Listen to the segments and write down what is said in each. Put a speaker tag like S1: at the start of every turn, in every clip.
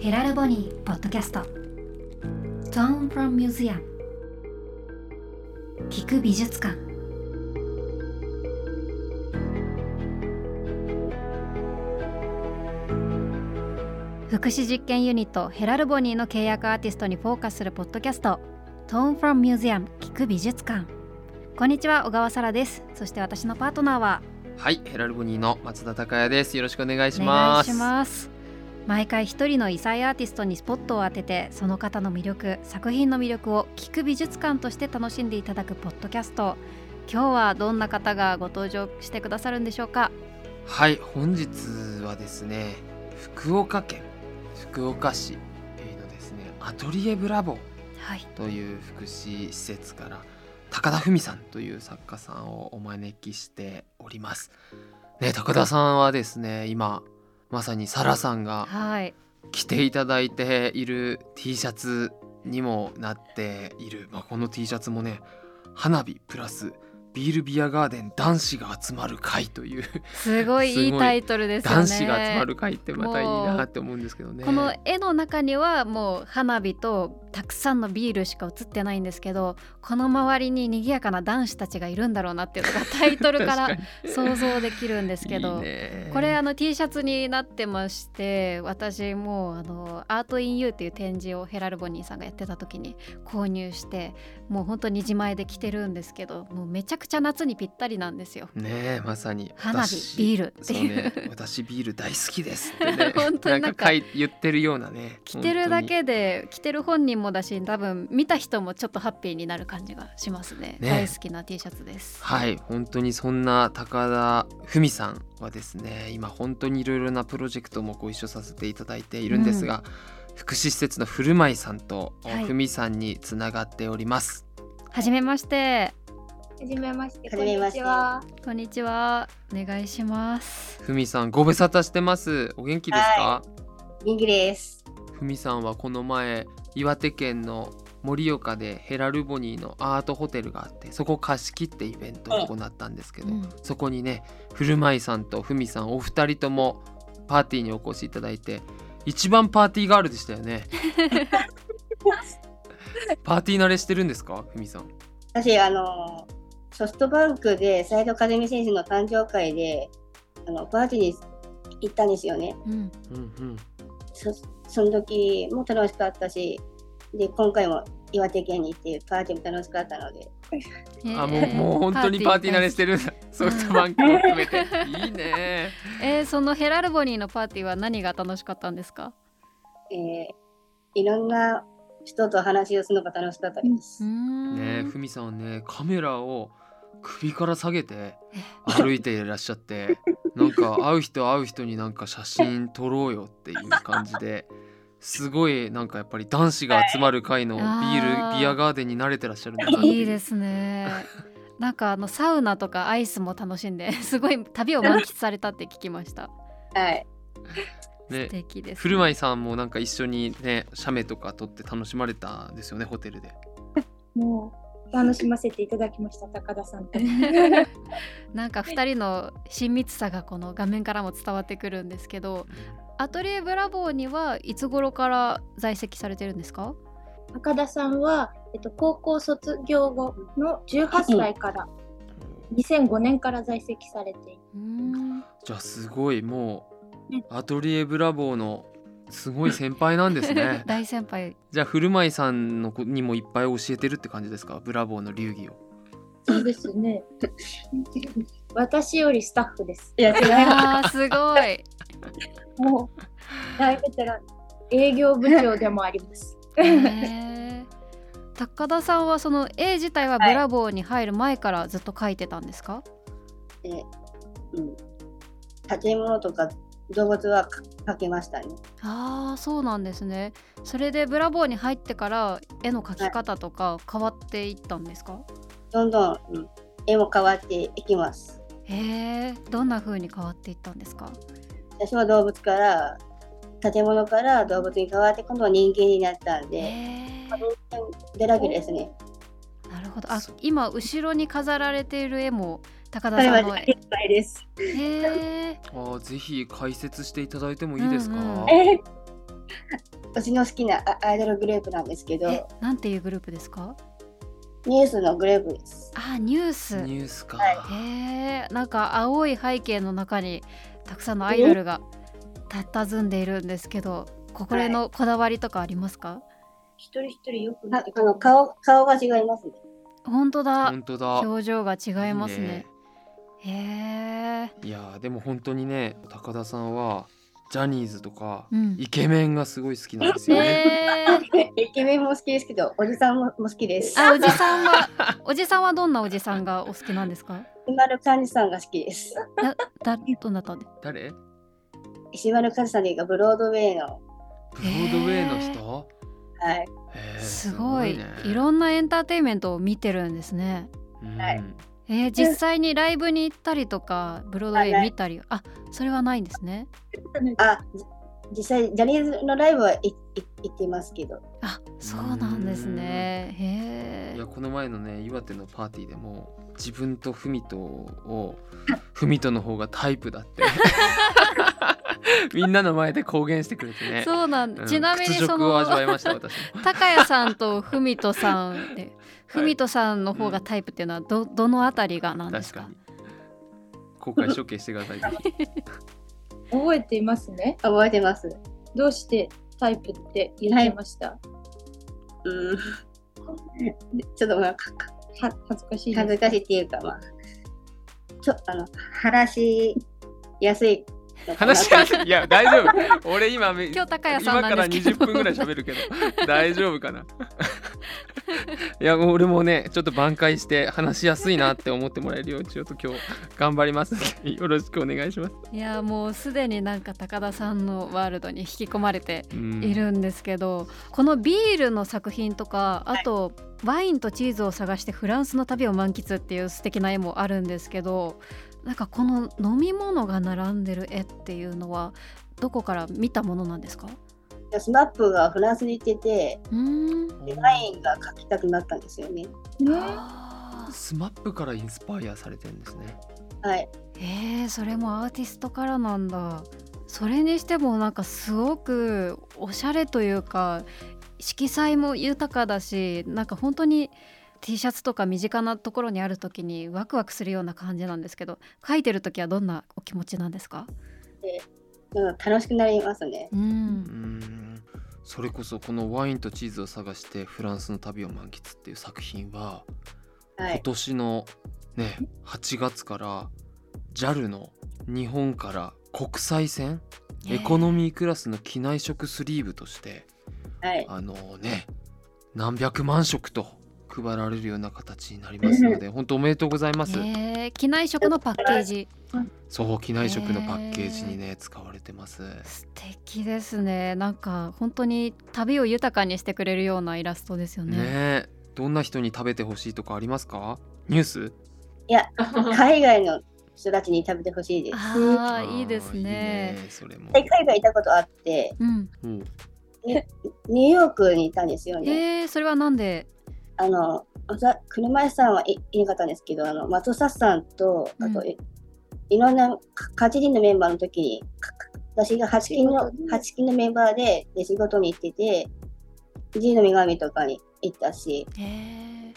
S1: ヘラルボニーポッドキャスト Tone from Museum 聞く美術館福祉実験ユニットヘラルボニーの契約アーティストにフォーカスするポッドキャスト Tone from Museum 聞く美術館こんにちは小川沙羅ですそして私のパートナーは
S2: はい、ヘラルボニーの松田孝也です。よろしくお願いし
S1: お願
S2: ま
S1: い
S2: す。
S1: します毎回一人の異彩アーティストにスポットを当ててその方の魅力作品の魅力を聞く美術館として楽しんでいただくポッドキャスト今日はどんな方がご登場してくださるんでしょうか
S2: はい、本日はですね、福岡県福岡市のですね、アトリエブラボ
S1: はい
S2: という福祉施設から高田文さんという作家さんをお招きしております。ね、高田さんはですね、今まさにサラさんが
S1: はい
S2: 着ていただいている T シャツにもなっている、まあ、この T シャツもね花火プラスビールビアガーデン男子が集まる会という
S1: すごいい
S2: す
S1: い
S2: ごい
S1: タイトルですよね
S2: 男子が集まる会ってまたいいなって思うんですけどね。
S1: この絵の中にはもう花火とたくさんのビールしか映ってないんですけどこの周りに賑やかな男子たちがいるんだろうなっていうのがタイトルから
S2: 確に
S1: 想像できるんですけど
S2: いいね
S1: これあの T シャツになってまして私もうあのアート・イン・ユーっていう展示をヘラルボニーさんがやってた時に購入してもう本当に自前で着てるんですけどもうめちゃくちゃ夏にぴったりなんですよ。
S2: ねえまさに
S1: 花火
S2: 私
S1: ビールって
S2: そう
S1: いう
S2: ね私ビール大好きですってね
S1: 本当になんか
S2: なんか書い言ってるようなね
S1: 着てるだけで着てる本人もだし多分見た人もちょっとハッピーになる感じがしますね
S2: ね
S1: 大好きな T シャツです。
S2: はい本当にそんな高田文さんはですね今本当にいろいろなプロジェクトもご一緒させていただいているんですが、福祉施設の古舞さんと
S1: はい
S2: 文さんにつながっております。
S1: はじめまして
S3: はじめまして。
S4: はじめまし
S3: こんにち
S4: て
S3: は。
S1: こんにちはお願いします。
S2: 文さんご無沙汰してますお元気ですか
S4: 元気です。
S2: 文さんはこの前岩手県の盛岡でヘラルボニーのアートホテルがあってそこを貸し切ってイベントを行ったんですけど、
S1: うん
S2: そこにね古舞さんとふみさんお二人ともパーティーにお越しいただいて一番パーティーガールでしたよ ねパーティー慣れしてるんですかふみさん
S4: 私、あの、ソフトバンクで斉藤和美選手の誕生会で、あの、パーティーに行ったんですよね。
S1: うん
S2: うんうん
S4: そその時も楽しかったし、で、今回も岩手県に行ってパーティーも楽しかったので、
S2: あも
S1: え
S2: うもう本当にパーティー慣れしてるんだ ソフトバンクも含めていいね
S1: えーそのヘラルボニーのパーティーは何が楽しかったんですか
S4: えーいろんな人と話をするのが楽しかったです。
S1: ね
S2: ねふみさんはねカメラを首から下げて歩いていらっしゃってなんか会う人会う人になんか写真撮ろうよっていう感じですごいなんかやっぱり男子が集まる会のビー
S1: あー
S2: ルビアガーデンに慣れてらっしゃるんだなって
S1: い
S2: い
S1: いうですね。なんかあのサウナとかアイスも楽しんで すごい旅を満喫されたって聞きました。
S4: はい。
S1: 素
S2: ね
S1: 敵です、
S2: 古舞さんもなんか一緒にね写メとか撮って楽しまれたんですよねホテルで
S3: もう楽しませていただきました高田さんと。
S1: なんか二人の親密さがこの画面からも伝わってくるんですけど、アトリエブラボーにはいつ頃から在籍されてるんですか？
S3: 高田さんはえっと高校卒業後の18歳から2005年から在籍されていて、
S1: うん。
S2: じゃあすごいも
S3: ね
S2: うアトリエブラボーのすごい先輩なんですね
S1: 大先輩。
S2: じゃあ古舞さんの子にもいっぱい教えてるって感じですかブラボーの流儀を
S3: そうです ね。私よりスタッフです。
S4: いや、 違います。
S1: ああすごい。
S3: もう大ベテラン営業部長でもあります。
S1: へー高田さんはその絵自体はブラボーに入る前からずっと描いてたんですか？
S4: えーうん、建物とか動物はかかけましたね。
S1: ああそうなんですねそれでブラボーに入ってから絵の描き方とか変わっていったんですか、
S4: どんどん、うん、絵も変わっていきます。
S1: へえどんな風に変わっていったんですか
S4: 最初は動物から建物から動物に変わって今度は人間になったん
S1: へ
S4: で、
S1: え
S4: だらけですね。
S1: なるほどあ
S2: そう
S1: 今後ろに飾られている絵も高田
S4: はい、
S1: さ
S4: ま
S1: んの
S4: あ、
S1: 絵
S4: いっぱいです。
S1: へえ
S2: あーぜひ解説していただいてもいいですか、
S1: うんうん
S3: え
S4: 私の好きなあアイドルグループなんですけど、
S1: え、なんていうグループですか？
S4: ニュースのグループです。
S1: あ、ニュース。へ
S2: ニュースか、
S1: え、なんか青い背景の中にたくさんのアイドルが佇んでいるんですけど、ここれのこだわりとかありますか？
S3: 一人一人よく見
S4: あ
S3: て
S4: あの顔顔が違います ね。
S1: 本当だ。
S2: 本当だ
S1: 表情が違いますね。へえ、
S2: いいねいやーでも本当にね高田さんはジャニーズとか、
S1: うん。
S2: イケメンがすごい好きなんですよね、
S1: えー、
S4: イケメンも好きですけど、おじさんもも好きです。
S1: あ、おじさんは、おじさんはどんなおじさんがお好きなんですか？
S4: 石丸幹二さんが好きです。
S1: だ、どなたで？
S2: 誰ブ
S4: 石丸幹二さんというか、ブロードウェイの、
S2: ロードウェイの人、
S4: はい、
S2: へー
S1: すごい
S2: ね、
S1: いろんなエンターテインメントを見てるんですね。
S2: うん
S4: はい
S1: えー、実際にライブに行ったりとかブロードウェイ見たりあそれはないんですね
S4: あ、じ実際、ジャニーズのライブはいい行ってますけど、
S1: あそうなんですね
S2: い
S1: へえ
S2: やこの前のね岩手のパーティーでも自分と文人を文人の方がタイプだって みんなの前で公言してくれてね
S1: そうなん
S2: うん
S1: ちなみに
S2: 屈
S1: そ
S2: 辱を味わ
S1: の
S2: いました 私も
S1: 高谷さんと文人さんで文人さんの方がタイプっていうのはどどのあたりがなんで
S2: 確
S1: す
S2: か
S1: か
S2: に後悔処刑してくださいぜ ひ
S3: 覚えていますね。
S4: 覚えてます。
S3: どうしてタイプって言ってました。
S4: うん。 ちょっとまあ、かか
S3: は恥ずかしい
S4: 恥
S3: で
S4: ず
S3: す。
S4: かしいっていうか、まあ、ちょあの、話しやすいのかなと。
S2: 話し合っていや大丈夫俺今め
S1: 今日高谷さん
S2: 今
S1: な
S2: か
S1: ん
S2: ら
S1: ですけ
S2: 20
S1: ど
S2: 分ぐらい喋るけど大丈夫かないやもう俺もねちょっと挽回して話しやすいなって思ってもらえるようにちょっと今日頑張りますよろしくお願いします、
S1: いやもうすでになんか高田さんのワールドに引き込まれて
S2: うん
S1: いるんですけど、このビールの作品とかあと、ワインとチーズを探してフランスの旅を満喫っていう素敵な絵もあるんですけどなんかこの飲み物が並んでる絵っていうのはどこから見たものなんですか
S4: スマップがフランスに行ってて、
S1: うーん
S4: ワインが書きたくなったんですよね。
S3: ね
S1: あー
S2: スマップからインスパイアされてるんですね
S4: はい。
S1: えー、それもアーティストからなんだそれにしてもなんかすごくおしゃれというか色彩も豊かだしなんか本当に T シャツとか身近なところにある時にワクワクするような感じなんですけど書いてる時はどんなお気持ちなんですか、
S4: なんか楽しくなりますね。
S1: う、
S2: うんんそれこそこの「ワインとチーズを探してフランスの旅を満喫」っていう作品は
S4: は
S2: 今
S4: い。
S2: 年のね8月から JAL の日本から国際線エコノミークラスの機内食スリーブとして
S4: はい。
S2: あのね何百万食と配られるような形になりますので本当おめでとうございます、
S1: えー、機内食のパッケージ
S2: そう機内食のパッケージにね使われてます
S1: 素敵ですねなんか本当に旅を豊かにしてくれるようなイラストですよ
S2: ねえどんな人に食べてほしいとかありますかニュース
S4: 海外の人たちに食べてほしいです。
S1: ああ
S2: ー
S1: いいですね
S2: いいねそれも
S4: で海外行ったことあって、
S1: うん、
S2: うん
S4: ニューヨークにいたんですよね。
S1: えー、それはなんで、
S4: あの、おさ車椅子さんはい、いなかったんですけど、あの、松下さんと、あと、
S1: うん
S4: いいろんなか8人のメンバーの時に、かか私が8人の
S3: 仕事に
S4: 8人のメンバーでで仕事に行ってて、藤の女神とかに行ったし、
S1: えー、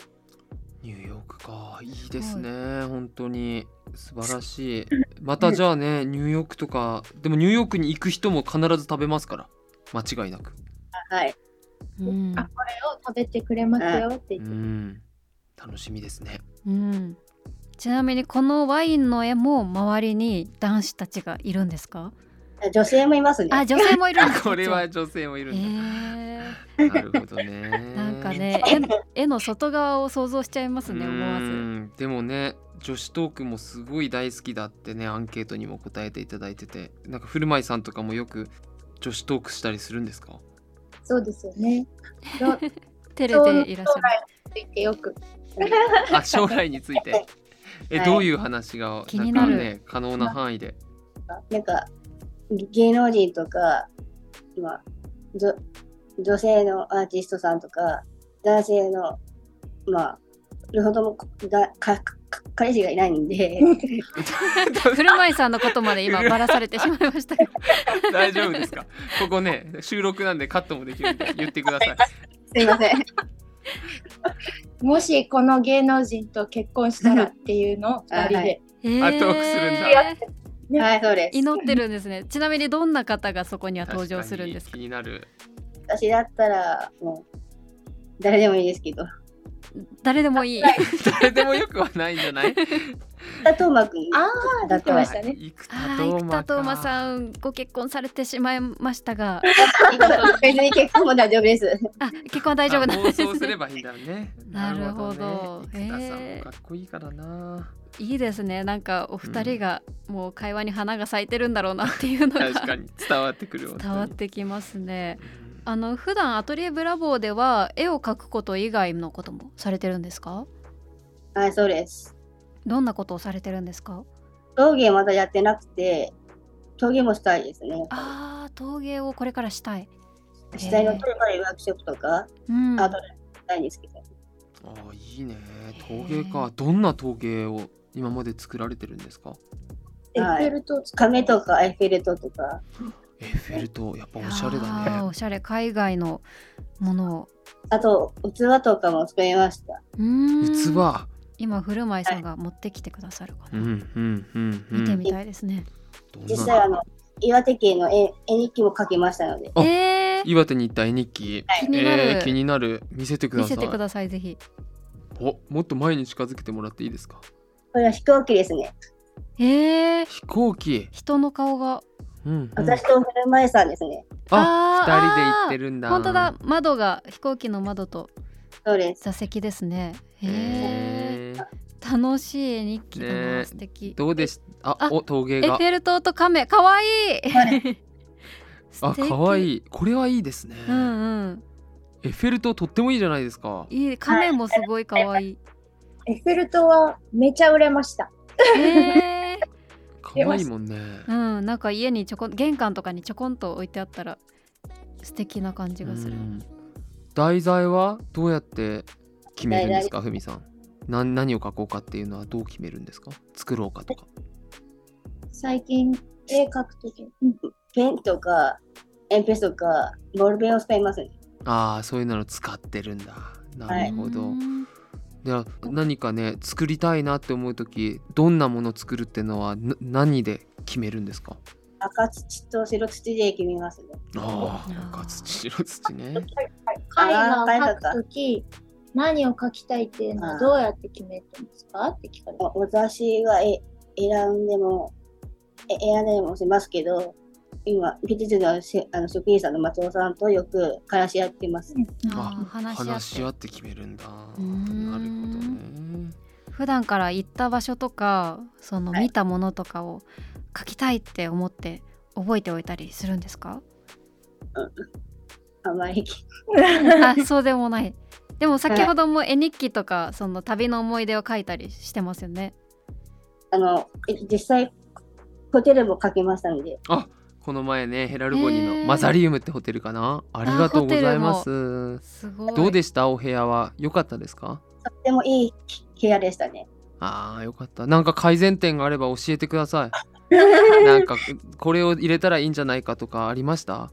S2: ニューヨークかいいですね本当に素晴らしいまたじゃあねニューヨークとかでもニューヨークに行く人も必ず食べますから間違いなく
S4: はい。
S1: うん
S3: あこれを食べてくれますよって言
S2: う
S3: って、
S2: ん楽しみですね
S1: うん、ちなみにこのワインの絵も周りに男子たちがいるんですか
S4: 女性もいますね。
S1: あ女性もいるんです
S2: これは女性もい
S1: え
S2: るん
S1: ー、
S2: だ、なるほどね
S1: なんかね絵の絵の外側を想像しちゃいますね思わ
S2: う
S1: ず
S2: んでもね女子トークもすごい大好きだってねアンケートにも答えていただいててなんか古舞さんとかもよく女子トークしたりするんですか
S3: そうですよね。ど
S1: 照れていらっしゃる
S3: ついてよく
S2: あ将来についてえ、
S4: はい
S2: どういう話が
S1: 気になる
S2: んかね可能な範囲で
S4: なんか芸能人とか、まあ、女女性のアーティストさんとか男性のまあよほどもだかか彼氏がいないんで、
S1: 古舞さんのことまで今ばらされてしまいましたよ
S2: 大丈夫ですかここね収録なんでカットもできるんで言ってくだ さい
S4: すいません。
S3: もしこの芸能人と結婚したらっていうのを2人
S1: え
S3: で。
S1: ー
S2: あトークするんだ
S4: はい、そうです。
S1: 祈ってるんですねちなみにどんな方がそこには登場するんですか
S2: 確かに気になる
S4: 私だったら、もう、誰でもいいですけど。
S1: 誰でもいい
S2: 誰でもよくはないんじ ゃない
S4: 佐藤真君。
S3: ああ、出てまし
S2: は
S3: たね。
S2: い生田
S1: あー
S2: 斗
S1: 生
S2: 真
S1: 田斗真
S2: ん
S1: さんご結婚されてしまいましたが
S4: 別に結婚も大丈夫です。
S1: あ結婚は大丈夫なん
S2: 妄
S1: です
S2: 想すれ
S1: ね
S2: ばいいんだね
S1: なるほど
S2: ね生田さん
S1: へ
S2: も
S1: ー
S2: かっこいいか らな、
S1: いいですねなんかお二人がもう会話に花が咲いてるんだろうなっていうのが
S2: 確かに伝わってくる
S1: 伝わっ
S2: 本
S1: てきますね
S2: 当にうん
S1: あの普段アトリエブラボーでは絵を描くこと以外のこともされてるんですか
S4: はい、そうです。
S1: どんなことをされてるんですか
S4: 陶芸まだやってなくて、陶芸もしたいですね。
S1: あー陶芸をこれからしたい、
S4: 主体の取りワークショップとか、
S1: うん、
S4: アートレしたいんですけど。
S2: ああいいね陶
S1: へ
S2: 芸
S1: ー
S2: かどんな陶芸を今まで作られてるんですか
S3: エッフェル塔使
S4: 亀とかエッフェル塔とか、
S2: エッフェル塔やっぱおしゃれ
S1: いやー
S2: だね
S1: おしゃれ海外のものを
S4: あと器とかも作りました。
S1: うーん
S2: 器
S1: 今古舞さんが持ってきてくださるか
S2: う
S1: な、
S2: んうんうんうん
S1: 見てみたいですね、
S2: ど
S4: 実
S2: ん
S4: 際
S2: な
S4: あの岩手県の絵絵日記も描きましたので、
S2: あ
S1: えー、
S2: 岩手に行った絵日記
S1: 気になる、
S2: えー気になる見せてくだ
S1: 見
S2: さい
S1: せてくださいぜひ
S2: おもっと前に近づけてもらっていいですか
S4: これは飛行機ですね。
S1: えー、
S2: 飛行機
S1: 人の顔が
S2: うん、うん、
S4: 私と古前さんですね。
S2: あ
S1: あー
S2: 二人で行ってるんだ
S1: 本当だ窓が飛行機の窓と
S4: そうです。
S1: 座席ですねへえ
S2: へー
S1: 楽しい絵日記だな、
S2: ねえ
S1: 素敵
S2: どうでしあ
S1: あ
S2: お陶芸
S1: エッ
S2: が
S1: フェル塔とカメかわいい 素
S2: あ
S1: 敵
S2: 可愛いこれはいいですね、
S1: うんうん
S2: エッフェル塔とってもいいじゃないですか
S1: いいカメもすごいかわいい
S3: エッフェル塔はめちゃ売れました。
S1: へえ
S2: 可愛いもんね
S1: うんなんか家にちょこん玄関とかにちょこんと置いてあったら素敵な感じがする
S2: うん題材はどうやって決めるんですかふみさんなん何を書こうかっていうのはどう決めるんですか作ろうかとか
S3: 最近絵描くとき、
S4: ペンとか鉛筆とかボールペンを使いますね。
S2: ああそういうのを使ってるんだなるほど、
S1: うん
S2: では何かね作りたいなって思う時どんなもの作るってのはな何で決めるんですか
S4: 赤土と白土で決めますね。
S2: あ
S1: あー
S2: あ赤土白土ね
S3: 絵画を描くとき、何を描きたいっていうのはどうやって決めてますかって聞かれて。
S4: 私がえ選んでもえ選んでもしますけど、今美術のしあの職員さんの松尾さんとよく話し合ってます。
S1: あー話し合って
S2: 話し合って決めるんだなるほ
S1: ー
S2: ど
S1: ん
S2: ね
S1: 普段から行った場所とかその
S4: はい
S1: 見たものとかを書きたいって思って覚えておいたりするんです か
S4: あまり
S1: あそうでもないでも先ほども絵日記とかその旅の思い出を書いたりしてますよね
S4: あのえ実際ホテルもかけましたので、
S2: この前ねヘラルボニー
S1: へ
S2: の
S1: ー
S2: マザリウムってホテルかなありがとうございます
S1: すごい
S2: どうでしたお部屋は良かったですか
S4: とってもいい部屋でしたね。
S2: あーよかったなんか改善点があれば教えてくだ さいなんかこれを入れたらいいんじゃないかとかありました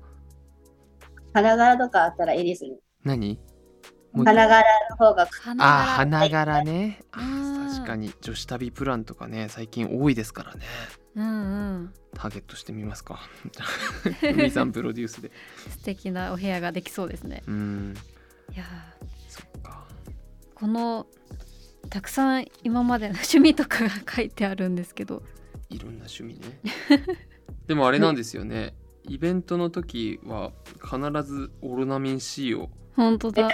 S4: 花柄とかあったらいいですね。
S2: 何もう
S4: 花柄の方が
S1: 花柄
S2: あー花柄ねあ
S1: うん
S2: ー確かに女子旅プランとかね最近多いですからね
S1: うんうん
S2: ターゲットしてみますか海 さんプロデュースで
S1: 素敵なお部屋ができそうですね
S2: うん
S1: いや
S2: そっか
S1: ーこのたくさん今までの趣味とかが書いてあるんですけど
S2: いろんな趣味ねでもあれなんですよねイベントの時は必ずオロナミン C を
S1: 本当だ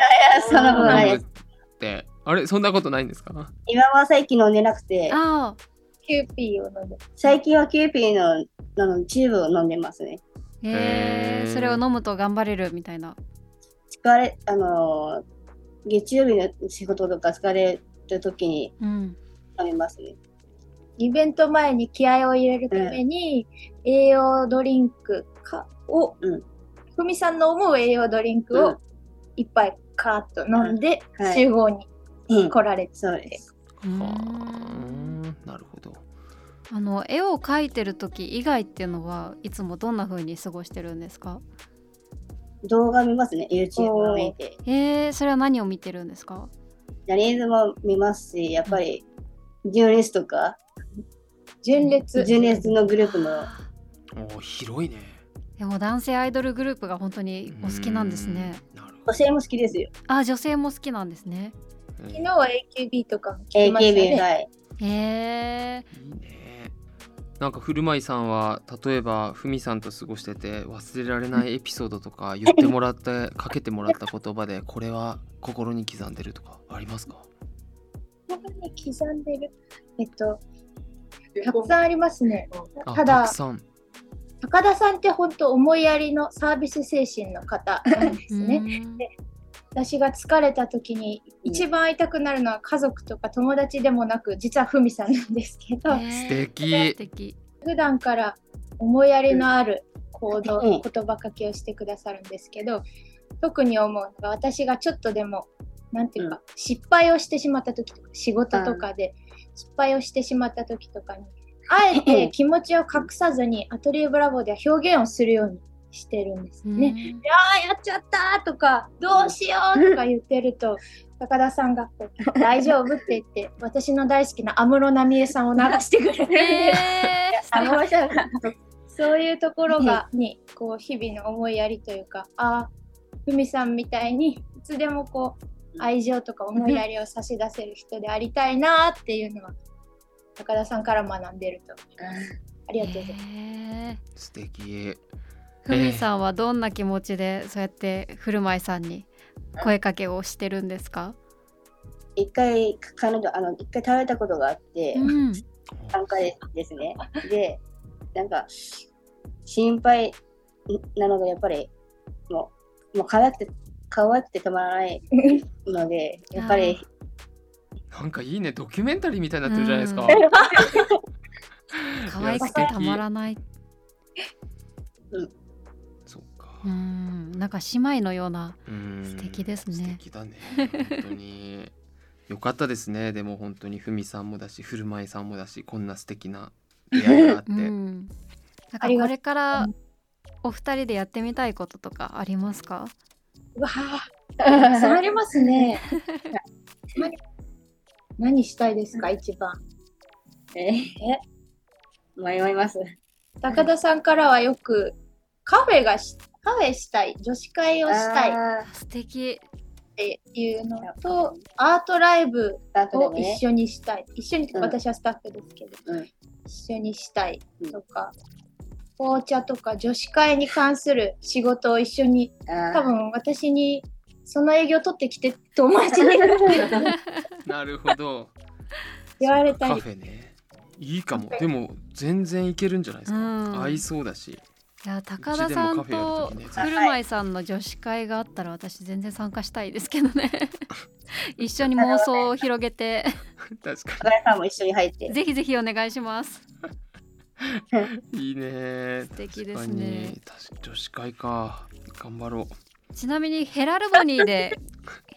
S4: そんなことない
S2: 飲
S4: で
S2: む
S4: す。
S2: ってあれそんなことないんですか
S4: 今は最近飲んでなくて、
S1: あ
S3: キューピーを飲んで。
S4: 最近はキューピーのあのチューブを飲んでますね。
S1: ーへ
S2: へ
S1: え
S2: ー
S1: それを飲むと頑張れるみたいな
S4: 疲れ、あのー月曜日の仕事とか疲れる時に
S1: うん
S4: 飲みますね。
S3: イベント前に気合を入れるために、栄養ドリンクかを、
S4: うん
S3: ふみさんの思う栄養ドリンク
S4: うん
S3: を一杯カーッと飲んで、
S4: はい
S3: 集合に
S4: うん
S3: 来られて、
S4: そうです。
S1: うーん
S2: はあ
S1: あの絵を描いてる時以外っていうのはいつもどんな風に過ごしてるんですか
S4: 動画見ますね、YouTube を見て。
S1: えー、それは何を見てるんですか
S4: ジャニーズも見ますし、やっぱり、純烈とか、
S3: 純烈。
S4: 純烈のグループの、
S2: おー広いね
S1: でも男性アイドルグループが本当にお好きなんですね
S2: うんなるほ
S4: 女性も好きですよ。
S1: あ女性も好きなんですね
S2: ど
S3: 昨日は AKB とか聞きました
S4: AKB
S3: ね。
S4: はい。
S1: へえ
S2: いいねなんか古舞さんは例えばふみさんと過ごしてて忘れられないエピソードとか言ってもらってかけてもらった言葉でこれは心に刻んでるとかありますか
S3: 心に刻んでる。えっと、たくさんありますね。
S2: あ
S3: た
S2: た
S3: だ
S2: く、さん
S3: 高田さんって本当思いやりのサービス精神の 方なんですね。
S1: ね
S3: 私が疲れた時に一番会いたくなるのは家族とか友達でもなく実はふみさんなんですけど
S2: 素
S1: 素
S2: 敵
S1: 敵
S3: 普段から思いやりのある行動、
S4: うん
S3: 言葉かけをしてくださるんですけど特に思うのが私がちょっとでもなんていうか、失敗をしてしまった時とか仕事とかで失敗をしてしまった時とかにあえて気持ちを隠さずにアトリエブラボーでは表現をするようにしてるんですね。
S1: ね
S3: あーやっちゃったとかどうしようとか言ってると高田さんがこう大丈夫って言って私の大好きな安室奈美恵さんを流してくれるん
S1: え
S3: で
S1: ー素
S4: あ
S1: 敵
S4: の、ちゃんが
S3: そういうところがにこう日々の思いやりというかあーふみさんみたいにいつでもこう愛情とか思いやりを差し出せる人でありたいなっていうのは高田さんから学んでると思います。ありがとうございます。
S1: へー
S2: 素敵
S1: ふみさんはどんな気持ちでそうやって古舞さんに声かけをしてるんですか、
S4: 一回、彼女、あの、一回倒れたことがあって、
S1: うん、
S4: 3回ですね。で、なんか、心配なのがやっぱり、もう、もう可愛くて、可愛くてたまらないので、やっぱり、
S2: なんかいいねドキュメンタリーみたいになってるじゃないですか、
S1: う
S4: う
S1: 可愛くてたまらない、
S2: そっか
S1: うん、なんか姉妹のような
S2: うん
S1: 素敵ですね
S2: 素敵だね本当 によかったですねでも本当にふみさんもだし古舞さんもだしこんな素 敵な出会いがあって、
S1: うん、なんか
S3: あり
S1: こ
S3: が
S1: れからお二人でやってみたいこととかありますか
S3: うわあ、触りますね。何何したいですか、一番。
S4: え迷います。
S3: 高田さんからはよくカフェがしカフェしたい、女子会をしたいっ
S4: あ
S1: 素敵
S3: ていうのと、アートライブ
S4: ー。スタート
S3: を
S4: でね
S3: 一緒にしたい。一緒に、
S4: うん
S3: 私はスタッフですけど、
S4: うん
S3: 一緒にしたいとか、紅茶とか女子会に関する仕事を一緒に、
S4: あー
S3: 多分私にその営業取ってきてって友達 に
S2: なるほど
S3: 言われた
S2: カ
S3: り
S2: フェねいいかもでも全然いけるんじゃないですか、
S1: うん
S2: 合いそうだし
S1: いや高田さん
S2: うちでもカ
S1: と
S2: フェやる時ね
S1: 古舞さんの女子会があったら私全然参加したいですけど ね一緒に妄想を広げて
S2: 確か
S4: 高田さんも一緒に入って。
S1: ぜひぜひお願いします
S2: にいいね
S1: 素敵ですね
S2: 確かに確か女子会か頑張ろう
S1: ちなみにヘラルボニーで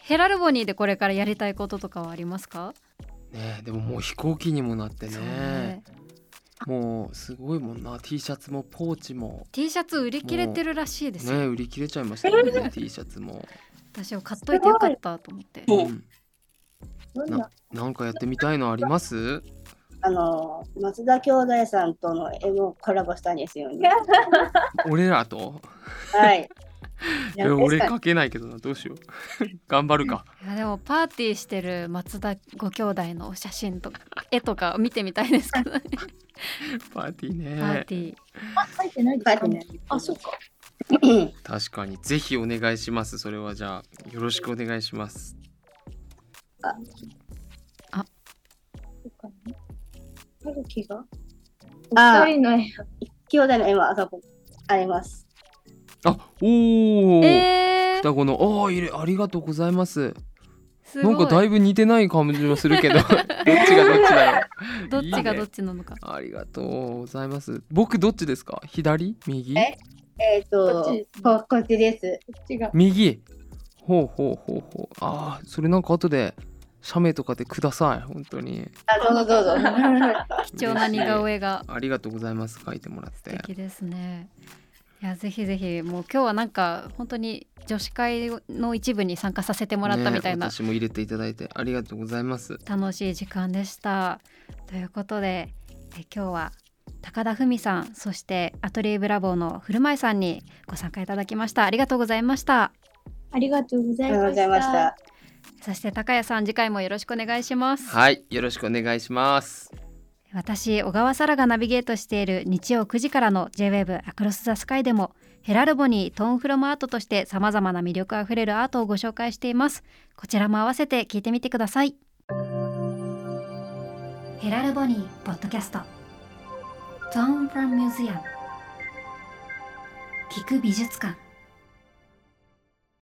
S1: ヘラルボニーでこれからやりたいこととかはありますか？
S2: ねえでももう飛行機にもなってね
S1: そうね
S2: もうすごいもんな T シャツもポーチも
S1: T シャツ売り切れてるらしいですよ。
S2: ね売り切れちゃいましたよ ね T シャツも、
S1: 私を買っといてよかったと思って。
S4: ごい
S2: うん
S3: どんな
S2: なんかやってみたいのあります
S4: あのー、松田兄弟さんとの絵もコラボしたんですよね。
S2: 俺らと
S4: はい。
S2: え俺書けないけどなどうしよう 頑張るか
S1: いやでもパーティーしてる松田ご兄弟のお写真とか絵とか見てみたいです けどね。
S2: パーティー
S1: パー
S2: ね
S1: ティー。
S3: 書いてないで
S4: 書
S3: す
S4: いて
S3: か、
S4: ない
S3: ね、あ、そうか。
S2: 確かにぜひお願いしますそれはじゃあよろしくお願いします
S3: そうかね春樹が
S4: あー
S3: 二人の絵
S4: 兄弟の絵もあそこあります。
S2: あおお、
S1: えー、
S2: 双子のあーいるありがとうございます
S1: す
S2: なん
S1: ご
S2: か
S1: い。
S2: だいぶ似てない感じもする けどどっちがどっちだろう
S1: どっちが
S2: いいね
S1: どっちなのか。
S2: ありがとうございます僕どっちですか左右
S4: ええっ、
S3: ことっちですね
S4: こ、こっちです。
S3: 違う。
S2: 右ほうほうほうほうあーそれなんか後で写メとかでください本当に
S4: あ、どうぞどうぞ。
S1: 貴重な似顔絵が
S2: ありがとうございます書いてもらっ
S1: 素
S2: て
S1: 敵ですね。いやぜひぜひもう今日はなんか本当に女子会の一部に参加させてもらったみたいな
S2: ね私も入れていただいてありがとうございます
S1: 楽しい時間でした。ということでえ今日は高田文さんそしてアトリエブラボーの古前さんにご参加いただきましたありがとうございました
S3: ありがとうござ
S4: あ
S3: い
S4: りが
S3: ま
S4: とうご
S3: し
S4: ざいましたた。。
S1: そして高谷さん次回もよろしくお願いします
S2: はいよろしくお願いします
S1: 私小川沙羅がナビゲートしている日曜9時からの JWAVE アクロス・ザ・スカイでもヘラルボにトーンフロムアートとして様々な魅力あふれるアートをご紹介していますこちらも合わせて聞いてみてくださいヘラルボニーポッドキャストトーンフロムミュージアム聞く美術館